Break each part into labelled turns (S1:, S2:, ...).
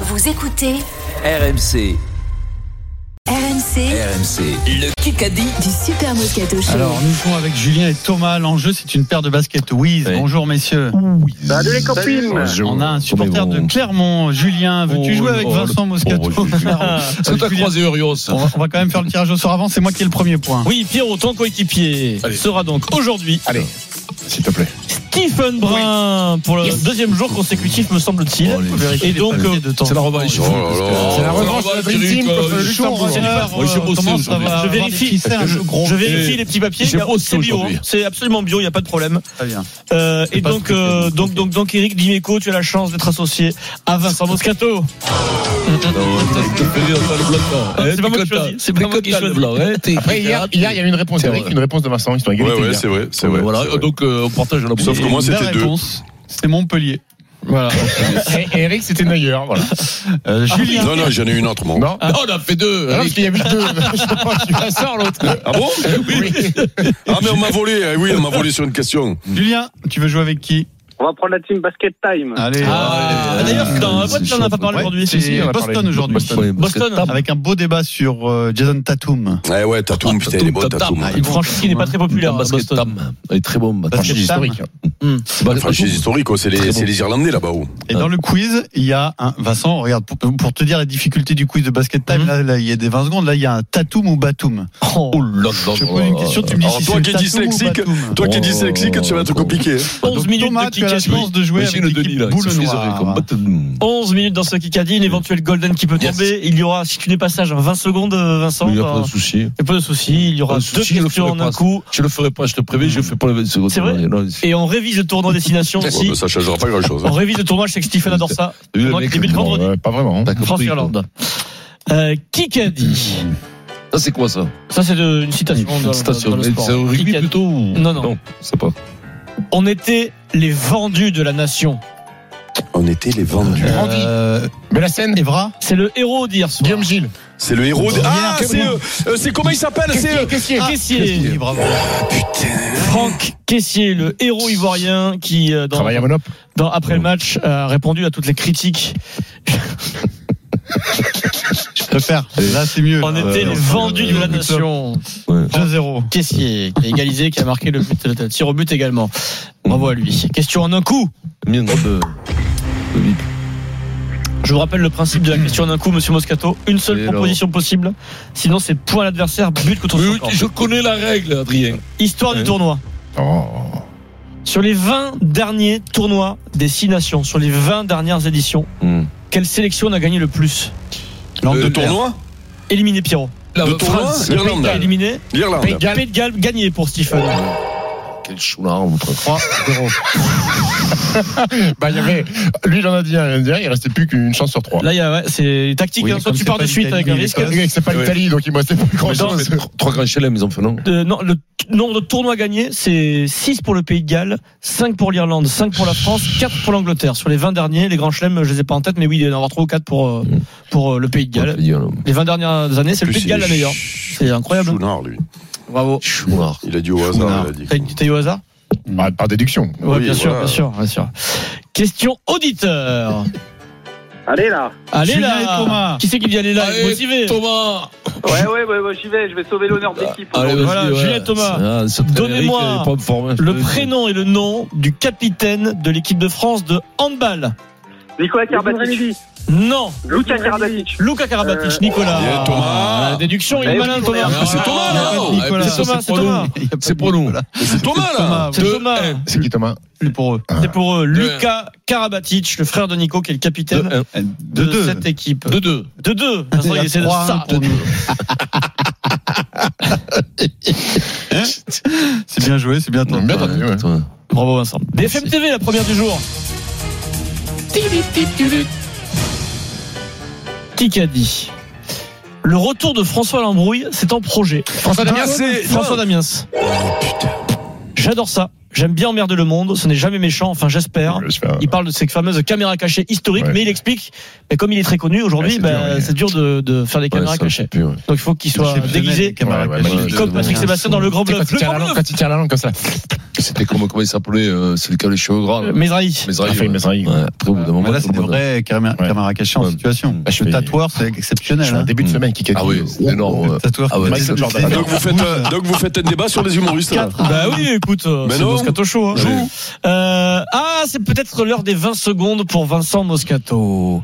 S1: Vous écoutez
S2: RMC,
S1: RMC
S2: RMC, le Kikadi.
S1: du Super Moscato Show.
S3: Alors, nous jouons avec Julien et Thomas. L'enjeu, c'est une paire de baskets Wiz.
S4: Oui.
S3: Bonjour, messieurs.
S5: Salut les copines
S3: On a un supporter de Clermont. Julien, veux-tu jouer avec Vincent Moscato euh,
S4: C'est à
S3: Julien,
S4: croisé Urios.
S3: on, va, on va quand même faire le tirage au sort avant. C'est moi qui ai le premier point.
S6: Oui, Pierrot, ton coéquipier
S4: Allez.
S6: sera donc aujourd'hui
S4: Allez, s'il te plaît.
S6: Stephen Brun pour le deuxième jour consécutif, me semble-t-il.
S4: Oh, allez.
S6: et donc, euh,
S4: C'est la revanche.
S3: C'est la
S5: revanche de la Dream Team contre le Luxembourg.
S3: Bonsoir,
S4: Oui, j'ai bossé
S3: Thomas, ça va
S4: aujourd'hui.
S6: Je
S3: avoir des
S6: vérifie.
S3: petits cercles,
S4: Je-
S3: gros.
S6: je vérifie
S4: Et
S6: les petits papiers.
S4: j'ai
S6: Il y a-
S4: bossé
S6: C'est bio,
S4: aujourd'hui.
S6: hein. c'est absolument bio, il n'y a pas de problème.
S3: Très bien.
S6: Euh,
S3: C'est
S6: et
S3: pas
S6: donc,
S3: ce que
S6: euh,
S3: je fais.
S6: donc, donc, donc, Eric Dimeco, tu as la chance d'être associé à Vincent Moscato.
S3: Ah,
S6: C'est pas moi qui choisis, c'est pas moi qui choisis.
S7: Après, hier, hier, il y avait une réponse
S4: C'est
S7: d'Eric,
S4: vrai.
S7: une réponse de Vincent. Ils sont
S8: Ouais,
S7: égalité.
S8: ouais,
S7: hier.
S8: c'est vrai, c'est vrai.
S4: Voilà,
S8: c'est vrai.
S4: donc euh, on partage la
S8: Sauf que moi,
S3: Et la
S8: c'était deux.
S3: réponse, C'était Montpellier.
S7: Voilà. Et, et Eric, c'était Neuer. Voilà.
S3: Euh, Julien.
S8: Non, non, j'en ai une autre, moi.
S7: Non
S4: Ah, on a fait deux. Allez.
S7: Alors, parce qu'il y avait deux. Je la sors, l'autre.
S8: Ah bon
S7: Oui.
S8: Ah, mais on m'a volé, eh oui, on m'a volé sur une question.
S3: Julien, tu veux jouer avec qui
S5: On va prendre la team basket time.
S3: Allez.
S6: Ah,
S4: Ouais,
S6: D'ailleurs, c'est dans la boîte,
S4: c'est
S6: on n'en a pas
S4: chaud.
S6: parlé
S3: Ouais,
S6: aujourd'hui.
S3: c'est
S7: si, on a
S3: Boston
S7: parlé.
S3: aujourd'hui.
S4: Boston.
S6: Boston.
S3: Avec un beau débat sur euh, Jason Tatum.
S8: Eh ouais, Tatoum, putain, il est bon, Tatoum.
S4: Ah,
S6: Une franchise qui n'est pas très populaire. hein, à
S4: basket
S6: Boston.
S4: tam. Il est très bon. maintenant.
S3: Basket
S4: Franchise
S3: tam.
S4: historique.
S8: La franchise historique, oh, c'est les,
S4: Très
S8: c'est
S4: bon.
S8: les Irlandais là-bas. oh.
S3: Et dans le quiz, il y a un Vincent. Regarde pour, pour te dire la difficulté du quiz de basket time.
S6: Mhm.
S3: là, là, il y a des 20 secondes. Là, il y a un Tatum ou Batum.
S4: Oh là là
S3: Je
S4: là
S3: pose
S4: là.
S3: une question, tu me dis
S8: Alors,
S3: si
S8: toi
S3: c'est
S8: qui es
S3: Tatum
S8: dyslexique,
S3: ou Batum.
S8: Toi qui es
S4: Oh.
S8: dyslexique, tu vas être compliqué. hein.
S6: 11 minutes
S3: Thomas,
S6: de
S3: tu as la
S6: kick
S3: chance de jouer avec
S4: Machine le
S3: l'équipe
S4: Denis, là, qui
S3: boule
S4: se friserait comme
S3: noire.
S4: Batum.
S6: 11 minutes dans ce Kikadi, une éventuelle Golden qui peut
S4: Yes.
S6: tomber. Il y aura, si tu les passages, 20 secondes, euh, Vincent.
S4: Il n'y a
S6: par-
S4: pas de souci.
S6: Et pas de Eh ben, souci, il y aura
S4: Pas de
S6: deux
S4: souci, je le
S6: questions
S4: ferai
S6: en un
S4: pas.
S6: coup.
S4: Je le ferai pas, je te préviens, je le fais pas le 20 secondes.
S6: C'est vrai
S4: Non, c'est-
S6: Et on révise le tournoi destination
S8: Ouais,
S4: bah,
S6: aussi.
S8: mais bah, ça changera pas grand-chose.
S6: On
S8: hein.
S6: révise le tournoi, je sais que Stephen adore ça.
S4: T'as vu le
S6: Moi,
S4: mec,
S6: qui débute
S4: non,
S6: vendredi.
S4: ouais.
S7: Euh, Pas vraiment.
S4: T'as compris,
S6: France-Irlande. Euh, Kikadi.
S4: quoi. Ça, c'est quoi ça
S6: Ça, c'est de- une citation. dans- dans-
S4: Une station.
S6: dans le
S4: Mais
S6: sport.
S4: C'est au rugby
S6: Kikadi.
S4: plutôt ou-
S6: Non, non.
S4: Non, c'est pas.
S6: On était les vendus de la nation.
S8: On était les vendus.
S7: Grandi.
S3: Euh,
S7: Mais la scène,
S3: Evra.
S6: C'est le héros d'hier soir.
S7: Guillaume Gilles.
S8: C'est le héros de. Ah, c'est euh, euh, c'est comment il s'appelle
S7: Qu'est-ce
S8: C'est.
S6: Ah,
S7: qu'il y a
S8: euh,
S7: Qu'est-ce qu'il y a
S6: Caissier,
S3: Oui, bravo.
S6: Franck Caissier, le héros ivoirien qui, euh, dans,
S7: Travaille à Monop.
S6: dans- après le match, a répondu à toutes les critiques.
S3: Je préfère. Là, c'est mieux.
S6: On
S3: là.
S6: était les
S3: Euh,
S6: vendus
S3: euh,
S6: de la
S3: le club.
S6: nation.
S3: 2-0.
S6: Caissier, qui a égalisé, qui a marqué le but, le tir au but également. Bravo à lui. Question en un coup.
S4: Combien de de- de bip
S6: Je vous rappelle le principe de la question en un coup, monsieur Moscato. Une seule
S4: Et alors
S6: proposition possible. Sinon, c'est point à l'adversaire, but contre
S4: Oui,
S6: son
S4: oui,
S6: camp.
S4: je connais la règle, Adrien.
S6: Histoire du
S4: Ouais.
S6: tournoi.
S7: Oh.
S6: Sur les 20 derniers tournois des 6 nations, sur les 20 dernières éditions,
S4: Hmm.
S6: quelle sélection on a gagné le plus
S3: Langue de
S8: Le
S3: terre.
S8: tournoi
S6: Éliminé Pierrot.
S4: La
S8: Le tournoi
S4: France,
S8: L'Irlande.
S6: Éliminé.
S8: L'Irlande.
S7: Pays de Galles.
S6: Pays de Galles, gagné pour Stephen.
S4: Quel choulard, mon frère.
S3: 3-0.
S7: Bah, il y avait. Lui, il en a dit un. Il ne restait plus qu'une chance sur trois.
S6: Là, il y a- ouais, c'est tactique.
S3: Oui,
S6: hein.
S3: comme
S6: Soit tu
S3: c'est
S6: pars
S3: pas
S6: de suite
S3: l'Italie,
S6: avec un
S3: les
S6: risque.
S3: États-Unis.
S7: C'est pas
S4: Ouais.
S7: l'Italie, donc il me restait plus grand
S4: Mais non, mais
S7: chose.
S4: tro- Trois grands chelem, ils ont fait non
S6: Euh, non, le t- nombre de tournois gagnés, c'est 6 pour le Pays de Galles, 5 pour l'Irlande, 5 pour la France, 4 pour l'Angleterre. Sur les 20 derniers, les grands chelems, je les ai pas en tête, mais oui, il doit y en avoir 3 ou 4 pour, euh, pour euh, le Pays de Galles. Les 20 dernières années, c'est le Pays
S8: Mm. Plus,
S6: de
S8: il
S6: Galles la
S8: est
S6: meilleure.
S8: ch-
S6: C'est incroyable.
S8: Chounard, lui.
S6: Bravo.
S4: Choulard.
S8: Il a dit au hasard, il a dit.
S6: T'as une- T'as eu au hasard
S7: Bah, Par déduction.
S6: Ouais,
S8: Oui,
S6: bien, sûr,
S8: voilà.
S6: bien sûr, bien sûr. Question auditeur.
S5: Allez là
S6: Allez
S3: Julien
S6: là
S3: et Thomas.
S6: Qui c'est qui dit allez là
S4: Allez,
S6: Motivé.
S4: Thomas
S5: Ouais, ouais, ouais, ouais, j'y vais, je vais sauver l'honneur de l'équipe.
S4: Allez,
S6: Voilà,
S4: vas-y, ouais.
S6: Julien Thomas.
S4: Ah, c'est très
S6: Donnez-moi
S4: Eric, il est pas hein, informé.
S6: Le prénom et le nom du capitaine de l'équipe de France de handball.
S5: Nicolas Carbatic,
S6: Non.
S5: Lucas Carbatic.
S6: Lucas Karabatic,
S5: Euh,
S6: Nicolas. Ah,
S8: Bien, Thomas.
S6: La déduction, il
S5: Eh
S6: est
S5: oui,
S6: malin, Thomas.
S5: Ah,
S4: c'est Thomas,
S6: Il y a
S4: non
S6: pas de Nicolas.
S4: Eh ben,
S6: C'est
S4: ça,
S6: Thomas,
S4: c'est
S6: c'est
S4: pour
S6: Thomas.
S4: nous.
S3: Il y a pas
S4: C'est
S3: de
S4: pour nous.
S3: Nicolas.
S8: Mais C'est Thomas, là
S6: C'est
S4: Deux,
S6: Thomas.
S4: un.
S7: C'est qui, Thomas
S3: C'est pour eux.
S6: C'est pour eux.
S4: Deux, un.
S6: Lucas Karabatic, le frère de Nico, qui est le capitaine
S3: 2-2.
S6: de cette équipe.
S4: 2-2.
S6: De deux.
S3: Il y
S6: Vincent,
S3: a
S6: il essaie de
S3: trois
S6: ça.
S3: pour nous. Hein C'est bien joué, c'est bien tenté.
S7: Bien entendu, ouais.
S6: Bravo, Vincent. BFM TV, la première du jour. Qui qu'a dit Le retour de François Lambrouille, c'est en projet.
S7: François
S8: là
S7: Damien
S8: C'est-
S6: François
S8: non.
S6: Damiens.
S8: Oh, putain.
S6: J'adore ça. J'aime bien emmerder le monde, ce n'est jamais méchant, enfin j'espère.
S7: Je fais un-
S6: Il parle de ces fameuses caméras cachées historiques,
S7: Ouais.
S6: mais il explique, mais comme il est très connu aujourd'hui,
S7: Ouais, c'est
S6: bah,
S7: dur, mais-
S6: c'est dur, de, de faire des caméras
S4: ça, je sais
S6: cachées.
S4: plus, ouais.
S6: Donc il faut qu'il soit déguisé
S7: Ouais, ouais, ouais,
S6: comme Patrick Sébastien dans le Grand
S7: Tu sais,
S6: Bluff.
S7: quand il
S6: Le
S7: tire
S6: Grand
S7: la langue,
S6: Bluff
S7: quand il tire la langue comme ça.
S4: C'était comme comment il s'appelait, euh, celui qui a les cheveux gras. là.
S6: Mesrahi.
S4: Mesrahi,
S7: Il a fait
S4: ouais.
S7: une Mesrahi.
S4: Ouais, Après, au bout d'un moment,
S3: Mais là,
S4: tout
S3: c'est des
S4: le monde-
S3: vrais caméras
S7: Ouais.
S3: caméras cachées en
S4: Ouais.
S3: situation.
S7: Bah, je
S3: Le
S7: fais-
S3: tatoueur, c'est
S7: Je
S3: exceptionnel.
S7: suis en
S3: hein.
S7: début de semaine qui
S4: Ah oui, c'est énorme. ouais.
S3: Le tatoueur.
S4: Ah ouais,
S3: c'est-
S7: Michael Jordan.
S3: c'est-
S8: Ah, donc, vous faites, euh, donc vous faites un débat sur les humoristes. là.
S6: Bah oui, écoute, euh,
S8: Mais
S6: c'est
S8: non.
S6: Moscato Show. hein.
S8: Joue.
S6: Euh, ah, c'est peut-être l'heure des 20 secondes pour Vincent Moscato.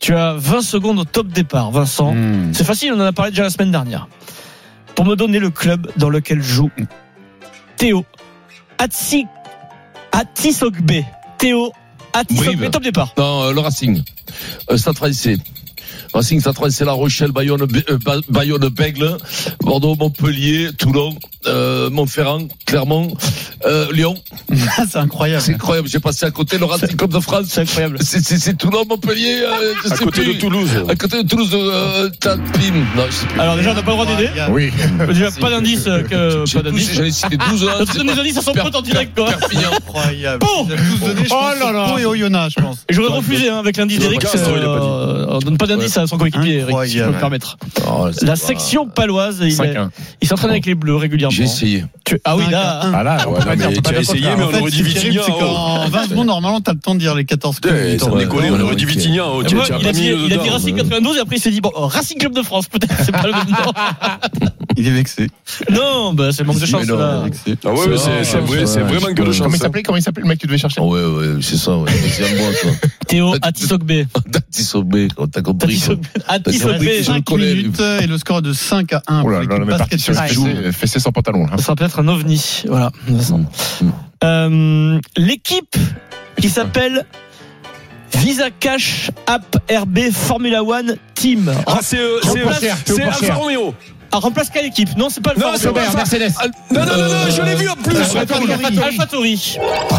S6: Tu as 20 secondes au top départ, Vincent.
S3: Hmm.
S6: C'est facile, on en a parlé déjà la semaine dernière. Pour me donner le club dans lequel joue Théo Atsi Atisogbe. Théo Atisogbe,
S4: Brive.
S6: top départ.
S4: Non, euh, le Racing. Euh, Stade Français. Racing, Stade Français, La Rochelle, Bayonne, Be- euh, Ba- Bayonne, Bègle, Bordeaux, Montpellier, Toulon, euh, Montferrand, Clermont, euh, Lyon.
S3: C'est incroyable.
S4: C'est incroyable, j'ai passé à côté le Racing Club de France.
S6: C'est incroyable.
S4: C'est- C'est c'est Toulon, Montpellier, euh, je
S8: À
S4: sais
S8: côté
S4: plus.
S8: de Toulouse.
S6: Ah,
S4: À côté de Toulouse, euh, Tapim. Non, je sais plus.
S6: Alors déjà, on n'a pas le droit d'aider.
S7: Oui.
S6: Déjà, pas d'indice. euh, que-
S4: J'ai
S6: Pas
S4: tous-
S6: d'indice.
S4: J'avais cité 12 ans.
S6: Parce que nous indices, ça sent pas en direct, quoi.
S4: Perpignan.
S3: Incroyable.
S6: Bon.
S3: Ils avaient tous donné, je
S6: Oh
S3: pense,
S6: là là.
S3: Pau et Oyonnax, je pense.
S6: Et j'aurais refusé hein, avec l'indice
S8: Il a
S6: d'Eric.
S8: pas de castro, il a pas dit.
S6: euh, on donne pas d'indice à son coéquipier, Eric, si je peux me
S3: Incroyable.
S6: permettre.
S4: Oh, c'est
S6: La
S4: pas-
S6: section paloise, il, est-
S7: 5-1.
S6: il s'entraîne avec les Bleus régulièrement.
S4: J'ai essayé.
S6: Tu- Ah oui, là.
S7: Ah là, ouais,
S8: Ouais,
S7: non,
S8: mais
S7: mais
S8: tu as essayé, mais
S3: En
S8: on
S3: fait,
S8: aurait
S3: ce
S8: dit oh.
S3: qui est terrible,
S8: Vitinha.
S3: c'est qu'en 20 secondes, normalement, t'as le temps de dire les 14 clubs.
S8: Putain, Sans
S4: Ouais, ouais,
S8: déconner, on aurait
S4: ouais,
S8: dit
S4: ok.
S8: Vitinha. hein,
S6: Tu
S8: Tu
S6: vois,
S8: tu as
S6: Eh, il, a
S8: pas mis
S6: dit,
S8: le
S6: il a dit
S8: dard.
S6: Racing 92 et après il s'est dit bon, oh, Racing Club de France, peut-être, c'est pas le même nom.
S3: Il est vexé.
S6: Non, bah, c'est le manque de
S4: Mais
S6: chance.
S4: non.
S6: Là.
S3: Il est vexé.
S8: Ah ouais,
S4: C'est
S8: ouais,
S4: vrai,
S8: c'est c'est
S4: ouais,
S7: Oh,
S8: vrai,
S4: ouais,
S8: c'est
S4: ouais,
S8: vraiment
S6: Ah,
S8: que de
S4: ouais.
S8: chance.
S7: Comment il
S8: hein.
S7: s'appelait Comment il s'appelait le mec que tu devais chercher
S4: Ouais, ouais, c'est ça, ouais. C'est moi, toi.
S6: Théo Atisogbe.
S4: Tatisobé, on t'a compris. quoi.
S6: Atisogbe. Atisogbe.
S4: Je le
S3: 5
S4: connais, lui.
S3: minutes euh, et le score est de 5 à 1.
S7: Oh
S3: pour
S7: là là,
S3: l'équipe
S7: on est parti
S3: basket
S7: sur le
S3: de Pau.
S7: fessé- fessé sans pantalon. là.
S6: Ça sera peut-être un ovni. Voilà.
S4: Mm.
S6: Euh, L'équipe qui s'appelle Visa Cash App RB Formula One Team.
S8: Ah, c'est euh,
S7: Théo
S8: c'est-
S7: Porcher, Théo
S8: c'est
S7: Porcher.
S8: Alfa Romeo.
S6: Ah, remplace quelle équipe Non, c'est pas le
S8: Non,
S6: Formula
S8: c'est
S6: One.
S8: pas Alfa-
S7: Mercedes.
S8: Al- Non, non, non, non, je l'ai vu en plus.
S6: AlphaTauri.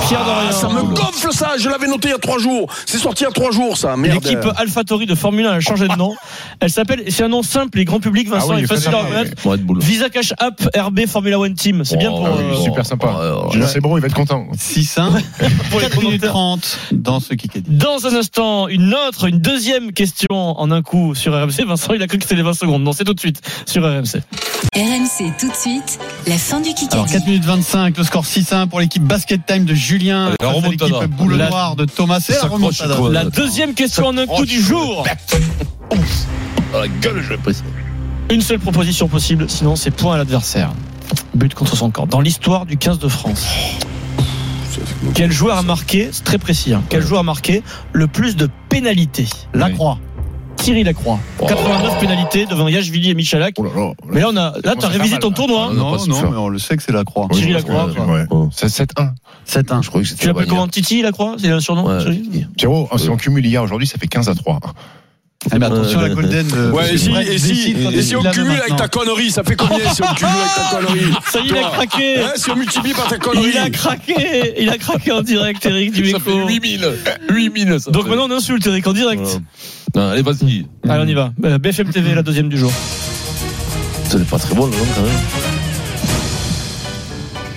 S6: Pierre Dorian.
S8: Ah, ça me gonfle ça, je l'avais noté il y a trois jours. C'est sorti il y a trois jours ça, merde.
S6: L'équipe AlphaTauri de Formule 1 a changé de nom. Elle s'appelle, c'est un nom simple et grand public, Vincent,
S7: Ah oui,
S6: est
S7: je
S6: facile à
S7: connais,
S6: reconnaître.
S4: Bon, Red Bull.
S6: Visa Cash App RB Formula One Team. C'est bien
S4: Oh,
S6: pour,
S4: ah
S7: oui,
S6: euh,
S7: super sympa.
S4: Ouais, ouais,
S7: Julien Sebron, il va être content.
S3: 6-1,
S6: pour les
S3: 4 minutes
S6: commentaires.
S3: 30 dans ce Kikadi.
S6: Dans un instant, une autre, une deuxième question en un coup sur RMC. Vincent, il a cru que c'était les 20 secondes. Non, c'est tout de suite sur RMC.
S1: RMC tout de suite, la fin du
S3: Alors
S1: Kikadi.
S3: 4 minutes 25, le score 6-1 pour l'équipe Basket Time de Julien.
S4: Allez,
S3: face
S4: la
S3: à
S4: remontada.
S3: L'équipe Boule
S6: La-
S3: Noire de Thomas. C'est la
S4: S'accroche,
S3: remontada.
S4: quoi.
S6: La deuxième question en un coup du jour.
S4: Dans la gueule, je l'ai pris.
S6: Une seule proposition possible, sinon c'est point à l'adversaire. But contre son camp. Dans l'histoire du 15 de France, quel joueur a marqué, c'est très précis, hein, quel joueur a marqué le plus de pénalités Lacroix. Thierry Lacroix. 89 pénalités devant Yashvili et Michalak.
S7: Oh là là.
S6: Mais là, on a, là,
S7: Moi,
S6: t'as
S7: c'est
S6: révisé
S7: pas mal,
S6: ton
S7: là.
S6: tournoi. hein.
S4: Non,
S3: Non,
S4: pas
S3: non,
S4: souffle.
S3: mais on le sait que c'est la croix.
S6: Thierry Lacroix, quoi.
S7: Ouais. oh. C'est 7-1.
S3: 7-1.
S4: Je croyais que c'était
S6: Tu
S4: la
S6: l'appelles
S4: bannière.
S6: comment Titi Lacroix C'est un surnom
S4: Ouais,
S6: Thierry
S4: Titi.
S7: Pierrot, hein, si on cumule hier aujourd'hui, ça fait 15 à 3.
S3: Eh ben, attention
S6: Euh,
S3: à la Golden. euh, de-
S8: Ouais, et si,
S3: Brett
S8: et si,
S3: décide
S8: et si on
S3: là,
S8: cumule avec
S3: maintenant.
S8: ta connerie, ça fait combien si on cumule avec ta connerie
S6: Ça y est, il a
S8: Toi.
S6: craqué
S8: Hein, Si on multiplie par ta connerie.
S6: Il a craqué Il a craqué en direct, Eric
S4: Ça fait
S6: Dimeco.
S4: 8000. 8000, ça
S6: Donc
S4: fait.
S6: maintenant, on insulte Eric en direct.
S4: Voilà. Non, allez, vas-y.
S6: Allez, on y va. Euh, BFM TV, la deuxième du jour.
S4: Ça n'est pas très bon, le nom, quand même.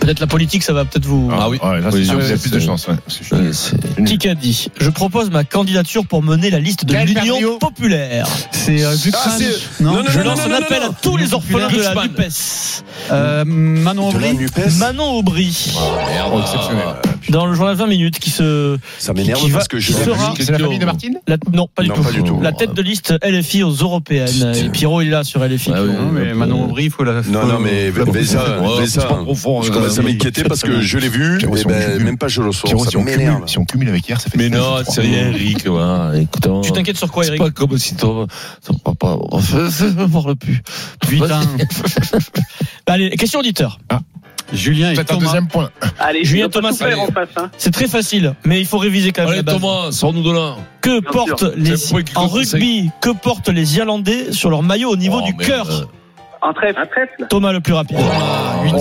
S6: Peut-être la politique, ça va peut-être vous.
S4: Ah oui.
S7: Ouais, là, c'est
S4: Oui,
S7: sûr,
S4: oui,
S7: vous avez plus
S4: c'est-
S7: de chance. ouais, parce que je-
S4: Ouais, c'est-
S6: Qui qu'a dit Je propose ma candidature pour mener la liste de
S7: Gaël
S6: l'Union
S7: Perdriau.
S6: populaire.
S3: C'est euh,
S8: Ah,
S3: Glucksmann.
S8: c'est-
S3: Non,
S8: non, non,
S6: Je lance un
S8: non,
S6: appel
S8: non,
S6: à tous les orphelins de la
S4: Glucksmann.
S6: NUPES.
S3: Euh, Manon
S8: De la
S3: Aubry.
S8: NUPES.
S6: Manon Aubry,
S4: Ah, merde.
S7: Oh, exceptionnel.
S6: dans le journal 20 minutes, qui se.
S8: Ça
S6: Qui
S8: m'énerve
S6: va-
S8: parce que je
S6: qui sera-
S8: l'avais dit.
S7: C'est la famille de Martine
S6: la- Non, pas du
S8: Non,
S6: tout.
S8: pas du tout.
S6: La tête de liste LFI aux européennes. Et Pierrot, il est là sur LFI.
S8: Bah
S4: Ah oui.
S3: Non, mais Manon Aubry, il faut la.
S8: Non, non, mais Beza,
S4: Ouais, c'est
S8: Beza,
S4: pas profond,
S8: je
S4: hein,
S8: commence à
S4: quand même.
S8: m'inquiéter parce que je l'ai vu,
S7: Pierrot,
S8: et
S7: si on
S8: ben,
S7: cumule.
S8: même pas je le sors,
S7: Pierrot, si
S8: ça
S7: on cumule-
S8: m'énerve.
S7: si on cumule avec hier, ça fait
S4: Mais
S7: 15 à
S4: non,
S7: 3.
S4: c'est rien, Eric. Voilà, écoute, hein.
S6: Tu t'inquiètes sur quoi,
S4: C'est
S6: Eric
S4: pas comme si ton, ton papa. Je me parle plus.
S3: Putain.
S6: Bah, Allez, question auditeur.
S3: Julien et
S7: Peut-être un
S3: Thomas.
S7: deuxième point.
S5: Allez,
S6: Julien
S5: on peut
S6: Thomas,
S5: tout faire
S6: allez.
S5: en face. hein.
S6: C'est très facile, mais il faut réviser quand même la
S4: Allez,
S6: base.
S4: Thomas, sors-nous de là.
S6: Que
S5: Bien
S6: portent
S5: sûr.
S6: les
S4: C'est le point qui
S6: en
S4: compte,
S6: rugby Que portent les Irlandais sur leur maillot au niveau
S4: Oh,
S6: du
S4: merde.
S6: cœur
S8: euh,
S5: Un trèfle. Un trèfle
S6: Thomas le plus rapide.
S3: Ah, 8 à 2.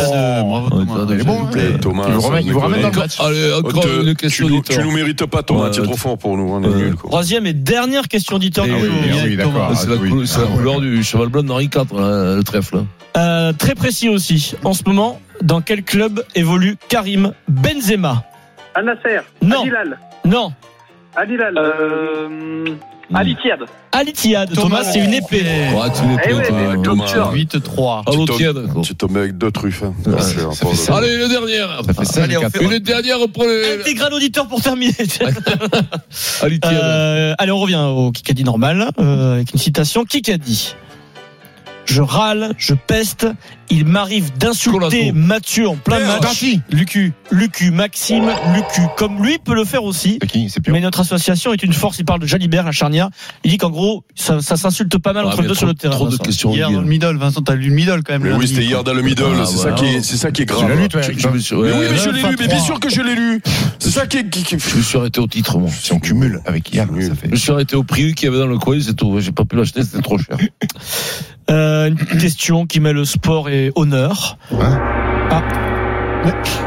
S3: Bravo,
S4: Oh,
S3: Thomas.
S4: il est bon,
S7: hein.
S8: Plaît, Thomas,
S7: Il vous
S8: ça
S7: ramène- il vous
S8: déconne.
S7: ramène dans le
S4: Encore-
S7: match.
S4: Allez, encore
S8: Te-
S4: une
S8: Oh, tu,
S4: question
S8: nous,
S4: auditeur.
S8: tu nous mérites pas, Thomas,
S4: Ouais,
S8: tu es trop fort pour nous, on est
S4: ouais.
S8: nuls. quoi.
S6: Troisième et dernière question auditeur.
S4: Eh
S6: du
S4: oui,
S6: jour.
S4: eh
S7: oui, d'accord.
S4: Ah, c'est la,
S7: Ah, oui.
S4: cou- c'est la
S7: Ah, ouais.
S4: couleur du cheval blanc d'Henri IV, là, le hein, trèfle.
S6: Euh, très précis aussi. En ce moment, dans quel club évolue Karim Benzema
S5: Al Nasser.
S6: Non.
S5: Al Hilal.
S6: Non.
S5: Al Hilal. Euh... Al Ittihad.
S6: Al Ittihad. Thomas, c'est une épée.
S4: Ouais, tu
S5: Eh
S4: l'es
S5: ouais, mais le
S4: Thomas.
S5: docteur.
S3: 8-3.
S4: Allô,
S8: Tom-
S4: tiède.
S8: Tu te mets avec deux truffes. hein. Ouais, c'est un peu-
S4: Allez, une dernière.
S9: Allez, on fait-
S4: Une dernière pour les.
S6: Intégral auditeur pour terminer.
S4: Allez, tiède.
S6: Euh, allez, on revient au Kikadi normal euh, avec une citation. Kikadi. Je râle, je peste. Il m'arrive d'insulter
S4: Colasso.
S6: Mathieu en plein
S8: Merde,
S6: match. Lucu, Lucu, Maxime, Lucu. Comme lui peut le faire aussi.
S7: C'est qui C'est
S6: Mais notre association est une force. Il parle de Jalibert à Charnia. Il dit qu'en gros, ça, ça s'insulte pas mal
S4: Ah,
S6: entre
S4: mais
S6: les deux
S4: trop-
S6: sur le terrain.
S4: Trop de
S6: Vincent.
S4: questions.
S3: Hier dans le
S4: Guillaume.
S3: middle, Vincent, t'as lu le middle quand même.
S8: Mais oui,
S3: lundi,
S8: c'était hier
S3: quoi.
S8: dans le middle.
S4: Ah,
S8: c'est
S4: voilà.
S8: ça qui est, c'est ça qui est grave.
S7: Tu l'as lu, toi
S4: Je je me suis-
S8: Mais oui,
S4: ouais,
S8: mais je l'ai lu. Mais bien
S3: 23.
S8: sûr que je l'ai lu. C'est ça qui est. qui- qui-
S4: Je me suis arrêté au titre, moi.
S7: Si on cumule avec hier,
S8: Oui.
S7: ça fait.
S4: Je me suis arrêté au prix qu'il y avait dans le coin, c'est tout. J'ai pas pu l'acheter, c'était trop cher.
S6: Euh, une question qui mêle sport et honneur.
S7: hein,
S6: Pas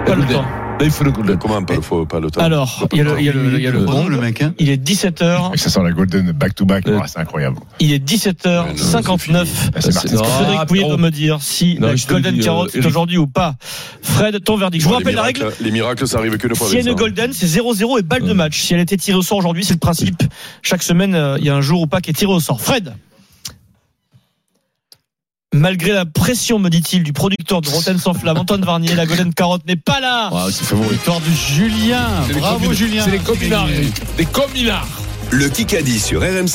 S6: le
S4: Golden.
S6: temps.
S4: Là, il faut le golden.
S8: Comment pas, le- faut pas le temps
S6: Alors, il y a le, il y a le- il y a le
S3: Bon, le mec, hein.
S6: Il est 17h.
S7: Et ça sent la Golden back-to-back.
S4: Euh.
S7: Ah, C'est incroyable.
S6: Il est
S8: Mais non, c'est
S6: 17h59.
S8: fini.
S7: Ah, C'est
S4: c'est-
S7: Martin.
S4: non.
S6: Frédéric
S4: Ah,
S6: Pouillet
S4: Pierrot.
S6: doit me dire si
S4: Non,
S6: la
S4: je te le
S6: Golden
S4: dis, euh,
S6: Carotte est
S4: Eric.
S6: aujourd'hui ou pas. Fred, ton verdict. Je vous
S8: Bon, les
S6: rappelle la
S8: miracles-
S6: règle.
S8: Les miracles, ça hein. arrive qu'une fois.
S6: Si elle y a une
S8: Vincent.
S6: Golden, c'est 0-0 et balle de
S4: Ouais.
S6: match. Si elle était tirée au sort aujourd'hui, c'est le principe. Chaque semaine, euh, il y a un jour ou pas qui est tiré au sort. Fred Malgré la pression, me dit-il, du producteur de Rotten sans flamme, Antoine Varnier, la Golden Carotte n'est pas là
S4: Ah, c'est favori.
S3: Victoire de Julien.
S4: C'est les
S3: Bravo
S4: combina-
S3: Julien.
S4: C'est les combinards, Eric. Des combinards.
S9: Le Kikadi sur RMC.